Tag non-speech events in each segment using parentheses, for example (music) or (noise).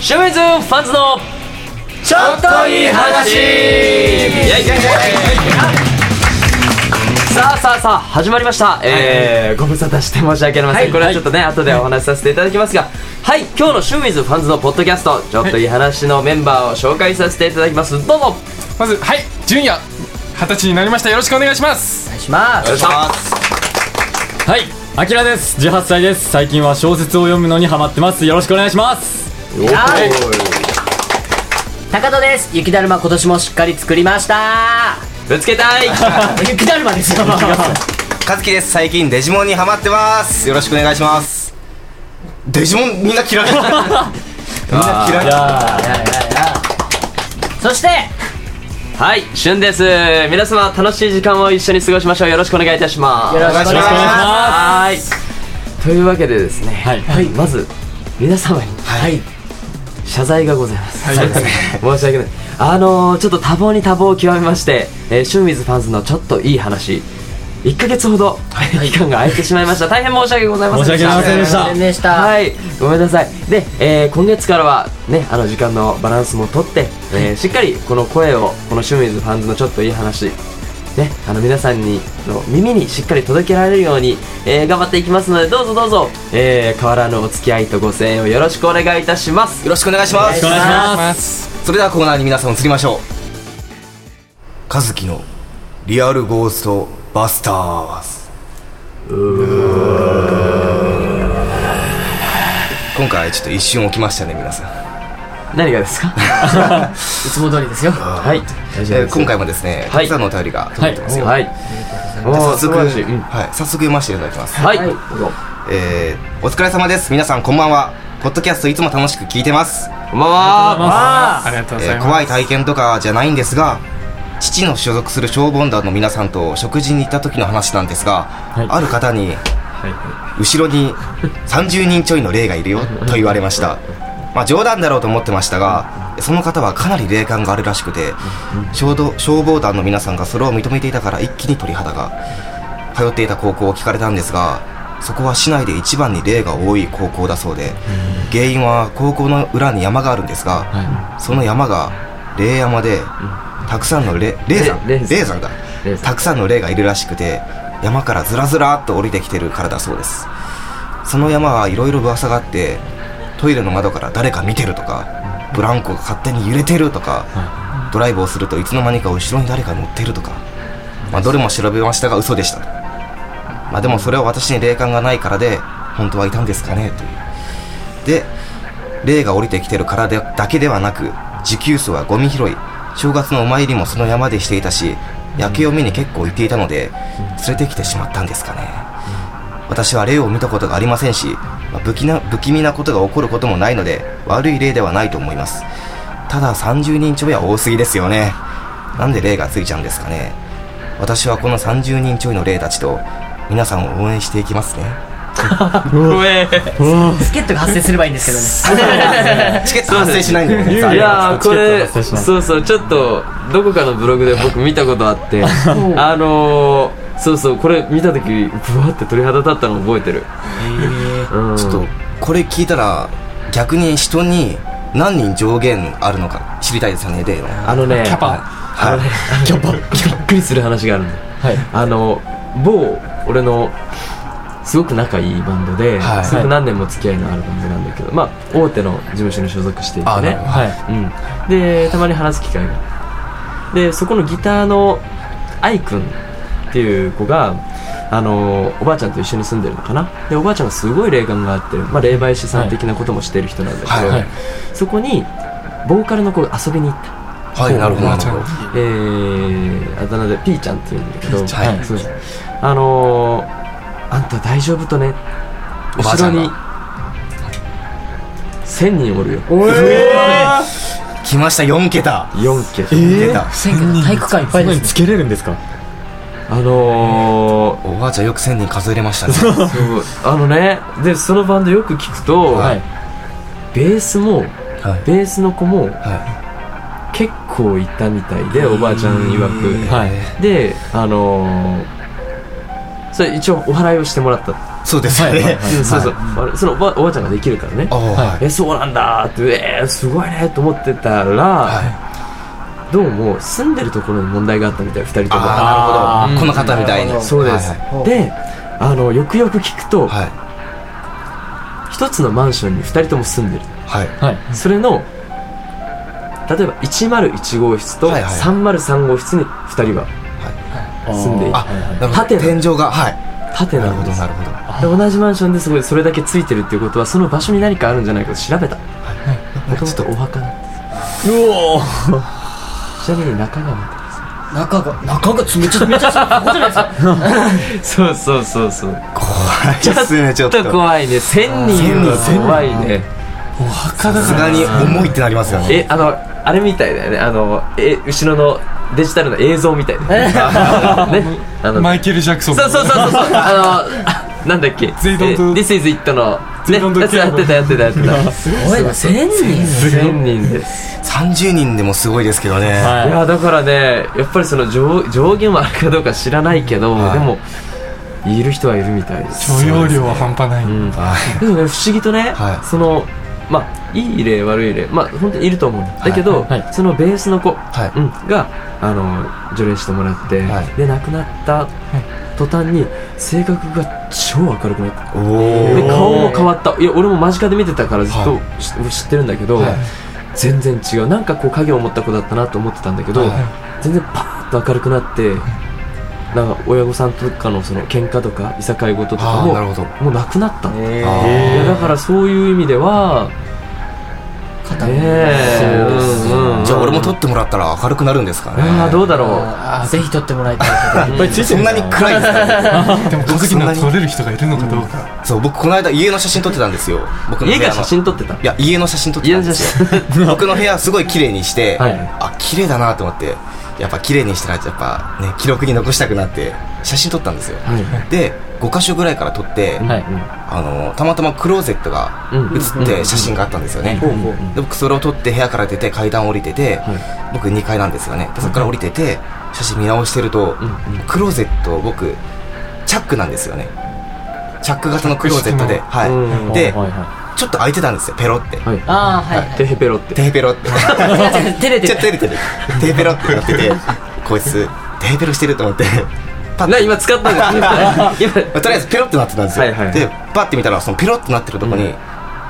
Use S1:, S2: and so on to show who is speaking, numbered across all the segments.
S1: シュウィズファンズの
S2: ちょっといい話
S1: さあさあさあ始まりました、えーご無沙汰して申し訳ありません、
S2: はい
S1: これはちょっとね、後でお話しさせていただきますがはい今日の「シュウィズファンズのポッドキャストちょっといい話」のメンバーを紹介させていただきますどうも
S3: まずはい純也二十歳になりましたよろしくお願いします
S2: します
S4: はい、あきらです。18歳です。最近は小説を読むのにハマってます。よろしくお願いします。
S2: 高田です雪だるま今年もしっかり作りました
S1: ぶつけたい
S2: 雪だるまですよ
S5: 和樹です最近デジモンにハマってますよろしくお願いしますデジモンみんな嫌いみんな嫌い
S4: いや
S2: そして
S1: はいしゅんです皆様楽しい時間を一緒に過ごしましょうよろしくお願いいたします
S2: よろしくお願いし
S5: お願いし
S2: ま
S5: ますす
S1: はーいというわけでですね、
S4: はい
S1: まず皆様に
S5: はい
S1: 謝罪がございます、
S4: (laughs)
S1: 申し訳ないあのー、ちょっと多忙に多忙を極めまして、えー、シュンウィズファンズのちょっといい話1ヶ月ほど、期間が空いてしまいました大変申し訳ございませんでした
S4: 申し訳ございませんでした
S2: 宣伝した
S1: はい、ごめんなさい。で、えー今月からはね、あの時間のバランスもとって、えーしっかりこの声を、このシューミーズファンズのちょっといい話、ね、あの皆さんにの耳にしっかり届けられるように、えー頑張っていきますので、どうぞどうぞ、えー変わらぬお付き合いとご声援をよろしくお願いいたします。
S5: よろしくお願いします
S4: ー、お願いします。
S5: それではコーナーに皆さん移りましょう和樹のリアルゴーストバスターズ今回ちょっと一瞬起きましたね皆さん
S1: 何がですか
S2: いつも通りですよは
S1: はい、大丈夫
S5: え
S1: で
S5: ー
S1: す。
S5: 今回もですね、
S1: は
S5: た
S1: い
S5: くさんのお便りが届いてますよ、
S1: はい。おー
S5: 早
S1: 素
S5: 速、
S1: 晴
S5: はい
S1: らしいうん
S5: 早速読ませていただきます
S1: はい、
S2: い
S1: どうぞ
S5: えー、お疲れ様です皆さんこんばんはポッドキャストいつも楽しく聞いてます、
S1: こんばんは。
S3: ありがとうご
S5: え
S3: ざい
S5: ー
S3: ます、
S5: 怖い体験とかじゃないんですが父の所属する消防団の皆さんと食事に行った時の話なんですが、ある方に、後ろに30人ちょいの霊がいるよと言われましたまあ冗談だろうと思ってましたがその方はかなり霊感があるらしくて消防消防団の皆さんがそれを認めていたから一気に鳥肌が通っていた高校を聞かれたんですがそこは市内で一番に霊が多い高校だそうで原因は高校の裏に山があるんですが、その山が霊山でたくさんの霊霊山
S1: 霊
S5: 霊
S1: 山
S5: 山だ
S1: 霊山
S5: たくさんの霊がいるらしくて山からずらずらっと降りてきてるからだそうですその山はいろいろ噂があってトイレの窓から誰か見てるとかブランコが勝手に揺れてるとかドライブをするといつの間にか後ろに誰か乗ってるとか、まあ、どれも調べましたが嘘でしたまあでもそれは私に霊感がないからで本当はいたんですかねというで霊が降りてきてるからでだけではなく持久走はゴミ拾い正月のお参りもその山でしていたし夜景を見に結構行っていたので連れてきてしまったんですかね私は霊を見たことがありませんし、まあ不気な不気味なことが起こることもないので悪い霊ではないと思いますただ30人ちょいは多すぎですよねなんで霊がついちゃうんですかね私はこの30人ちょいの霊たちと皆さんを応援してい
S1: (laughs)
S5: きますね
S2: いチケットが発生すればいいんですけどね
S5: チケット発生しないんだよね
S1: いやーこれ
S4: チケットが発生しない
S1: そうそうちょっとどこかのブログで僕見たことあ
S5: (laughs)
S1: ってあのー、そうそうこれ見た時ぶわって鳥肌立ったの覚えてるうん
S5: ちょっとこれ聞いたら逆に人に何人上限あるのか知りたいですよね例の
S1: あのね
S3: キャパ
S1: あのね (laughs) キャパびっくりする話があるの
S4: はい。
S1: あの某俺のすごく仲いいバンドで、
S5: はい
S1: すごく何年も付き合いのあるバンドなんだけど、まあ大手の事務所に所属していて
S5: あな
S1: ね
S5: るほど
S4: は
S1: うん、でたまに話す機会がでそこのギターの愛くんっていう子があのおばあちゃんと一緒に住んでるのかなでおばあちゃんがすごい霊感があって、まあ、霊媒師さん的なこともしてる人なんだけど、
S5: はいはい
S1: そこにボーカルの子が遊びに行った
S5: はいなるほどなるほど
S1: えー、あだ名でピーちゃんっていうんだけど
S5: ちゃん
S1: はいそうそうあのー、あんた大丈夫とね
S5: おばあち
S1: 後
S5: ゃ
S1: ろ
S5: んが
S1: に1000人おるよ
S5: 来ました4桁
S1: 4桁、
S5: 出た
S2: 千件体育館いっぱい
S4: い。
S2: で
S4: に
S2: す
S4: つけれるんですか。
S1: あのー、
S5: おばあちゃんよく1000人数えれまし
S1: (laughs)
S5: たね
S1: そうあのねでそのバンドよく聞くと、
S5: はい
S1: ベースも
S5: はい
S1: ベースの子も
S5: は
S1: 結構いたみたいでおばあちゃん曰く
S4: はい。
S1: であのーそれ一応お祓いをしてもらった
S5: そうですよね、
S4: はいはいはい
S1: うんそうそう、あれそのおばおばあちゃんができるからね
S5: ああはい
S1: えそうなんだってえー、すごいねと思ってたら、
S5: は
S1: どうも住んでるところに問題があったみたい2人とも
S5: ああなるほどこの
S2: うん
S5: 方みたい
S2: なるほ
S5: に
S2: ど
S1: そうです、
S5: はい
S1: であのよくよく聞くと、
S5: はい
S1: 一つのマンションに2人とも住んでる
S5: はい
S4: はい。
S1: それの例えば101号室と
S5: はいはい
S1: 303号室に2人は住んでいる、
S5: あなるほど
S1: 縦の
S5: 天井がはい
S1: 縦
S5: なる
S1: なん
S5: ほ
S1: で
S5: ど
S1: す
S5: なるほ
S1: で
S5: ど
S1: 同じマンションですごいそれだけついてるっていうことはその場所に何かあるんじゃないかと調べたもともとお墓なんですうおちなみに中川って
S2: 中が、中が、めちゃめちゃ、ここじゃないですか。
S1: (laughs) そうそうそうそう
S5: 怖いですねちょっ
S1: ちょっと
S5: と
S1: 怖いね1000人は怖いね
S5: さすがに重いってなりますよね
S1: えあのあれみたいだよねあのえ後ろのデジタルの映像みたいなねあの
S3: マイケル・ジャクソン
S1: そうそうそうそうそうあのあなんだっけ「
S3: They don't-
S1: えー This is It の」ね
S3: They don't
S1: やつ
S3: care
S1: やってたやってたやってた
S2: おい、千人。
S1: 1000人です
S5: 30人でもすごいですけどね
S1: いやだからねやっぱりその上上限はあるかどうか知らないけど、
S5: はい
S1: でもいる人はいるみたいです
S3: 許容量は半端ない、
S1: うん
S5: はい
S1: でもね不思議とね、
S5: はい
S1: そのまあいい例悪い例まあ本当にいると思うの、だけど、
S4: はいは
S1: そのベースの子、
S5: はい
S1: うん、があの除霊してもらって、
S5: はい
S1: で亡くなった途端に性格が超明るくなったで
S5: おお
S1: 顔も変わったいや俺も間近で見てたからずっと
S5: は
S1: し、知ってるんだけど、
S5: はい
S1: 全然違うなんかこう影を持った子だったなと思ってたんだけど、
S5: はい
S1: 全然パーッと明るくなって、なんか親御さんとかのその喧嘩とかいさかい事とか
S5: あ
S1: も
S5: あなるほど
S1: もうなくなったの
S2: え
S5: あ
S1: い
S5: ー
S1: やだからそういう意味では
S2: 肩
S1: ね
S2: も。
S1: え
S4: そうですね
S1: うんうんうん
S5: じゃあ俺も撮ってもらったら明るくなるんですかね
S1: あーどうだろ
S2: あーぜひ撮ってもらいた
S1: (laughs)
S2: い。
S1: う
S4: ぱりついて
S5: そんなに暗いんですか
S3: でも時には取れる人がいるのかどうか、
S5: そう僕この間家の写真撮ってたんですよ僕の部
S1: 家
S5: 屋の
S1: が写真撮ってた
S5: いや家の写真撮ってたんですよ
S1: 家の
S5: (laughs) 僕の部屋すごい綺麗にして、
S1: (laughs) はい
S5: あ綺麗だなと思ってやっぱ綺麗にしてないとやっぱね記録に残したくなって写真撮ったんですよ、
S1: は
S5: で5箇所ぐらいから撮って、
S4: はい。
S5: あのたまたまクローゼットが
S1: うん
S5: 写って写真があったんですよね、
S1: うんうん
S5: で僕それを撮って部屋から出て階段降りてて、
S1: は
S5: 僕2階なんですよねでそこから降りてて写真見直してると、
S1: うん
S5: クローゼット僕チャックなんですよねチャック型のクローゼットで、
S3: チャ
S5: はい
S1: うん
S5: で、
S4: はいは
S5: ちょっと開いてたんですよペロって、
S1: いは
S2: ああ、はい
S1: いテヘペロって
S5: テヘペロって
S2: はい。照れて
S5: ちょっ
S2: る
S5: と。照れてるテヘペロってなっててこいつテヘペロしてると思ってパッ
S1: な今使ったん (laughs) ですね
S5: とりあえずペロってなってたんですよ、
S1: はいはい
S5: でパッて見たらそのペロってなってるとこに、
S1: うん
S5: な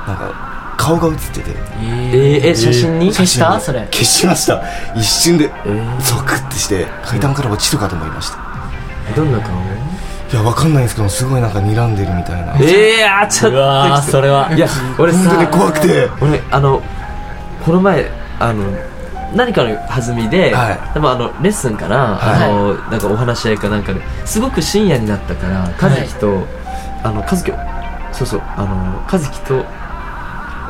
S5: んか顔が写ってて
S1: 今えーえ写真に
S2: 消したそれ。
S5: 消しました一瞬で
S1: ー
S5: ゾクってして階段から落ちるかと思いました
S1: どんな顔
S5: いやわかんないんですけどすごいなんか睨んでるみたいな
S1: ええあーちょ
S4: い。
S1: っ
S4: う
S1: と。
S4: わー、それはい
S1: や俺
S5: 本当
S1: さ
S5: に怖くて
S1: 俺あのこの前あの何かの弾みで、
S5: はい
S1: でもあのレッスンかな、
S5: は
S1: あ
S5: い
S1: のなんかお話し合いかなんかですごく深夜になったから和樹と、あの和樹をそうそうあの和樹と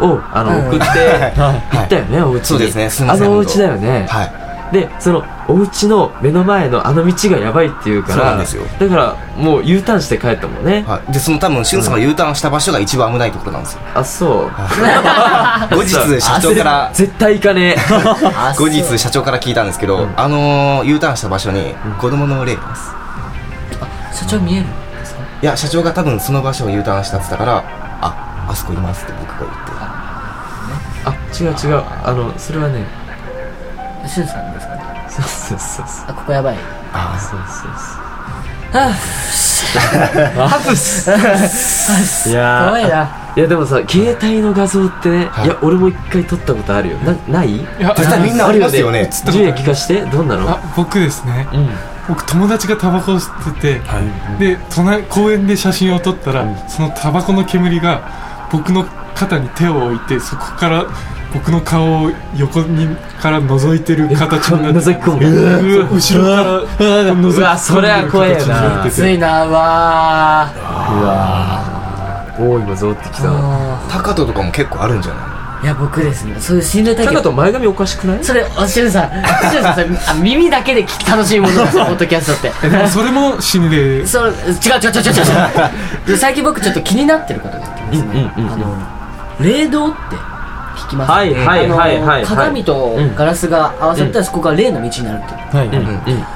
S1: をあの、
S2: うん
S1: 送って
S4: はい
S1: 行ったよね、お家に
S5: そうですねすい
S1: あ
S5: ません
S1: のお家だよね、
S5: は
S1: でそのお家の目の前のあの道がやばいっていうから
S5: そうなんですよ
S1: だからもう U ターンして帰ったもんね、
S5: い、はい、でその多分しゅんさんが U ターンした場所が一番危ないところなんです
S1: (laughs)
S5: よ
S1: あそう
S5: 後日社長から
S1: 絶対行か
S5: (laughs)
S1: ねえ
S2: あ
S5: 後日
S2: そう
S5: 社長から聞いたんですけど、あのー、U ターンした場所に子供の霊がいます
S2: 社長見えるんですか
S5: いや社長が多分その場所を U ターンしたって言ったからああそこいますって僕が言っ
S1: あ
S5: て
S1: 違う違うあのそれはね
S2: しゅんさんですかね
S1: そうそうそうそう
S2: あ、ここやばい。
S5: あ
S1: そうそうそ
S2: あ
S4: い
S2: あ、
S4: や
S2: 怖いな。
S1: ういやでもさ携帯の画像ってね、
S5: はい
S1: い、や俺も一回撮ったことあるよなない
S3: いや
S5: 絶対みんなありますよね
S1: ジュエ聞かしてどんなの
S3: あ僕ですね
S1: うん
S3: 僕友達がタバコを吸ってて、で隣公園で写真を撮ったら、そのタバコの煙が僕の肩に手を置いてそこから僕の顔を横にから覗いてる形になって
S1: 覗き込む
S3: うわ後ろからこう覗き込んでる
S1: うわそれは怖えな
S3: 形になって
S2: 熱
S3: て
S2: いな、うわー
S1: おー今ゾーってきた
S2: あ
S5: 高藤とかも結構あるんじゃない
S2: ー。いや、僕ですね。そういう心霊体
S1: タカ
S2: 験。
S1: と前髪おかしくない
S2: それ、おしゅんさん、しゅんさん、それ、あ耳だけで聞き楽しいものですよ、ポッドキャストって。
S3: えでもそれも心霊
S2: それ、違う違う違う違う違う。で最近僕ちょっと気になってることがあってですね。あの、霊道って聞きます
S1: はい
S2: ね
S1: はいはいはいはい
S2: 鏡とガラスが合わさったらそこが例の道になるっていう
S4: はい、
S1: うん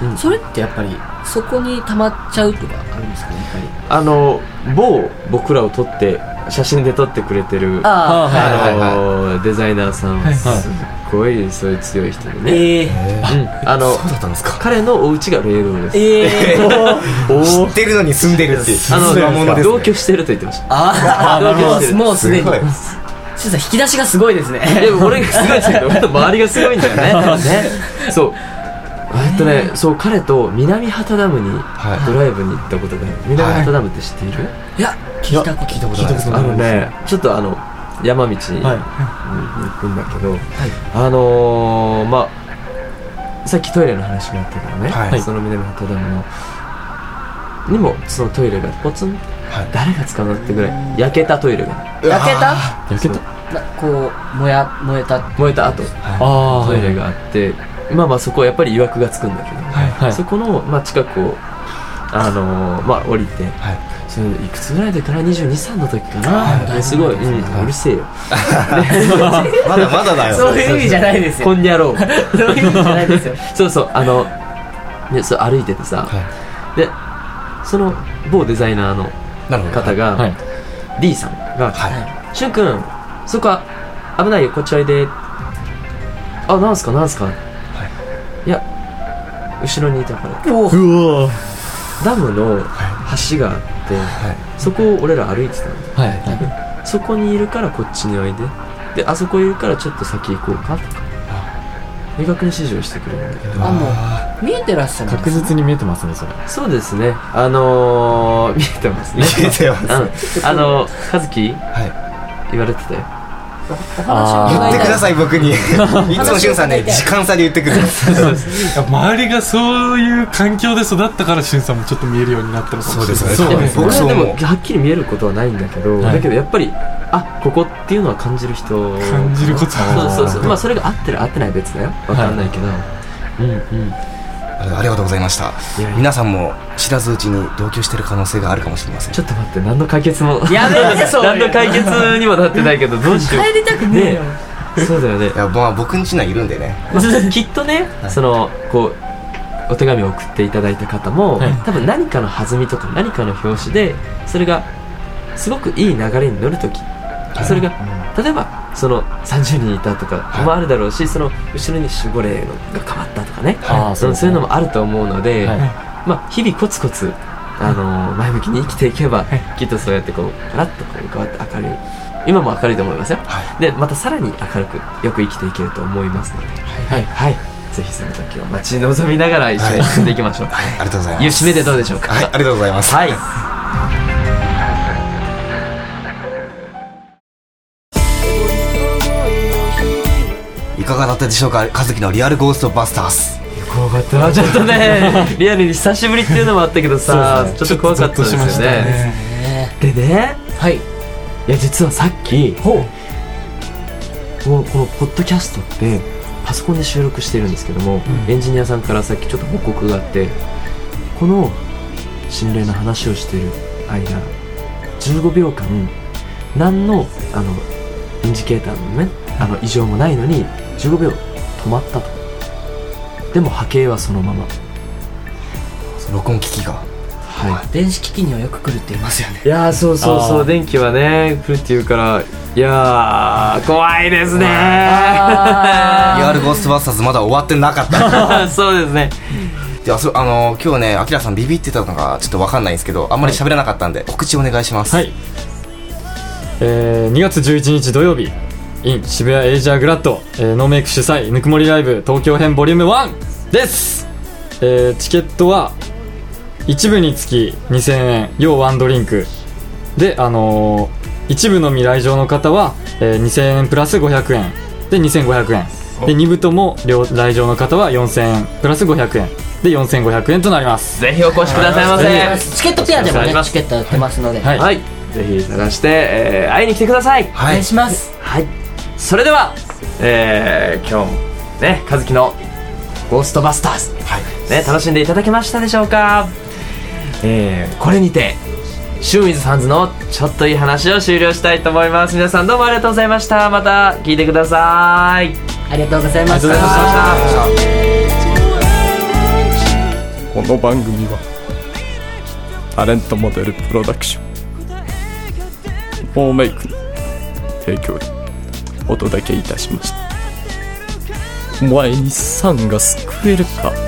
S1: うんうん
S2: それってやっぱりそこに溜まっちゃうとかあるんですかねやっぱり
S1: あの某僕らを撮って写真で撮ってくれてるあ
S2: あ
S4: あ
S5: はいはいはい
S1: のデザイナーさんはすっごいそういう強い人で
S2: ー
S1: ね、
S2: えー
S1: うん、あの
S5: そうだったんですか
S1: 彼のお家が霊道です
S2: えー
S5: 知ってるのに住んでるっていう
S1: あ
S5: すごい
S1: の
S5: ものですね
S1: 同居してると言ってました
S2: あ
S4: あなるほ
S2: あ
S1: ど
S2: もうすでに
S5: ごい
S2: しゅうさん引き出しがすごいですね
S1: いや俺がすごいんですけど俺の周りがすごいんだ
S5: (laughs)
S1: よねねそうえっとねそう彼と南畑ダムに
S5: はい
S1: ドライブに行ったことがある南畑ダムって知っている、
S2: いや聞いたこと
S5: 聞いたことないです
S1: あのねちょっとあの山道に、
S4: はい
S1: うん行くんだけど、あのー、まあさっきトイレの話があったからね、
S5: はい
S1: その南畑ダムのにもそのトイレがポツン、
S5: はい
S1: 誰が使うのってぐらい焼けたトイレが
S5: うわ
S2: 焼けた
S4: 焼けた
S2: なこう燃や燃えた
S1: 燃えた後
S4: あー
S1: トイレがあって、まあまあそこはやっぱり曰くがつくんだけど、
S4: はい
S1: そこの、まあ、近くを、あのーまあ、降りて、
S5: はい
S1: それいくつぐらいでから22、3の時かな、ですごい、うんうるせえよ、
S5: まだまだだよ
S2: そういう意味じゃないです
S1: こ
S2: よ
S1: んにゃろう、
S2: そういう意味じゃないですよ
S5: (laughs)
S1: そうそう、あの、ね、そう歩いててさ、で、その某デザイナーの
S5: なるほど
S1: 方が、
S4: はい
S1: D さんが、
S5: は
S1: しゅんくん、そこは危ないよ、こっちおいで。あ、なんすか、なんすか。いや、後ろにいたから。
S2: おー
S4: うわ
S1: ダムの橋があって、
S5: はい
S1: そこを俺ら歩いてたの
S4: はいは
S1: そこにいるからこっちにおいでであそこいるからちょっと先行こうかとか明確に指示をしてくれるんだけど
S2: あもう見えてらっしゃ
S4: い
S2: る
S4: 確実に見えてますねそれ
S1: そうですねあのー、見 (laughs) えてますね
S5: 見えてます
S1: うん、あのー、和樹
S5: は
S1: 言われてたよ
S2: お話を
S5: い言っ
S2: 伺
S5: て
S2: い
S5: く
S2: た
S5: だ
S2: い
S5: さい僕にいつもしゅんさんね時間差で言ってくるんです
S3: 周りがそういう環境で育ったからしゅんさんもちょっと見えるようになったのかもしれない
S5: そう
S1: いや
S5: ですね僕
S1: 俺
S5: そう
S1: はで
S5: 思う
S1: もはっきり見えることはないんだけど、
S4: はい
S1: だけどやっぱりあここっていうのは感じる人
S3: 感じることは
S1: そうそうそうまあそれが合ってる合ってないは別だよわかんないけど、うんうん
S5: ありがとうございました
S1: いやいや
S5: 皆さんも知らずうちに同居してる可能性があるかもしれません
S1: ちょっと待って何の解決も
S2: やめてそういう
S1: (laughs) 何の解決にもなってないけどどうしよう
S2: 帰りたくねえよ
S1: えそうだよね
S5: いやまあ僕んちにはいるんでね
S1: まあきっとね、そのこうお手紙を送っていただいた方も、
S4: はい
S1: 多分何かの弾みとか何かの表紙でそれがすごくいい流れに乗る時、それが例えばその30人いたとかもあるだろうし、その後ろに守護霊のが変わったとかね、
S4: あー
S1: そ
S4: そう
S1: の
S4: です
S1: そう
S4: ね
S1: いうのもあると思うので、
S4: はい
S1: まあ、日々コツコツ、あのー前向きに生きていけば、きっとそうやってこうガラッとこう変わって明るい今も明るいと思いますよ、でまたさらに明るくよく生きていけると思いますのではい、ぜひその時を待ち望みながら一緒に進んでいきましょう、
S5: ありがとうござい
S1: い、う
S5: ます
S1: 締めでどうでしょうか
S5: はいありがとうございます
S1: はい
S5: いかがだったでしょうか和樹のリアルゴーストバスターズ
S1: 怖かったちょっとねリアルに久しぶりっていうのもあったけどさ、ちょっと怖かったですよ
S3: ちょっとゾッとしました
S1: ね
S3: ね
S1: でね
S2: はい
S1: いや実はさっき
S2: ほう
S1: もうこのポッドキャストってパソコンで収録してるんですけども、エンジニアさんからさっきちょっと報告があってこの心霊の話をしてる間15秒間何のあのインジケーターのねあの異常もないのに15秒止まったとでも波形はそのまま
S5: 録音機器が
S1: は
S2: 電子機器にはよく来るって言いますよね
S1: いいやーそうそうそ
S4: あ
S1: う
S4: ー
S1: 電気はね来るっていうからいやー怖いです (laughs) ね
S5: リアルゴーストバスターズまだ終わってなかっ
S4: (laughs)
S5: た
S1: そうですね
S5: であそうあのー今日ねあきらさんビビってたのがちょっとわかんないんですけどあんまり喋らなかったんで告知お願いします
S4: はい、えー、2月11日土曜日 in 渋谷エイジアグラッド、えーノーメイク主催ぬくもりライブ東京編ボリューム1です、えーチケットは一部につき2000円要ワンドリンクであのー一部のみ来場の方は、えー2000円プラス500円で2500円で2部とも両来場の方は4000円プラス500円で4500円となります
S1: ぜひお越しくださいま
S2: お願い
S1: せ
S2: しますチケットペアでもねチケット売ってますので、
S4: はい、
S1: はい、ぜひ探して、えー会いに来てください。
S2: お
S5: は
S2: 願
S5: い
S2: いします
S1: はい、それでは、えー、今日もね、和樹のゴーストバスターズ、
S5: はい
S1: ね、楽しんでいただけましたでしょうか。えー、これにてシューミズファンズのちょっといい話を終了したいと思います皆さんどうもありがとうございましたまた聞いてください
S2: ありがとうございまし
S1: ありがとうございま
S2: た
S1: した
S6: この番組はタレントモデルプロダクションフォーメイクの提供でお届けいたしましたお前に酸が救えるか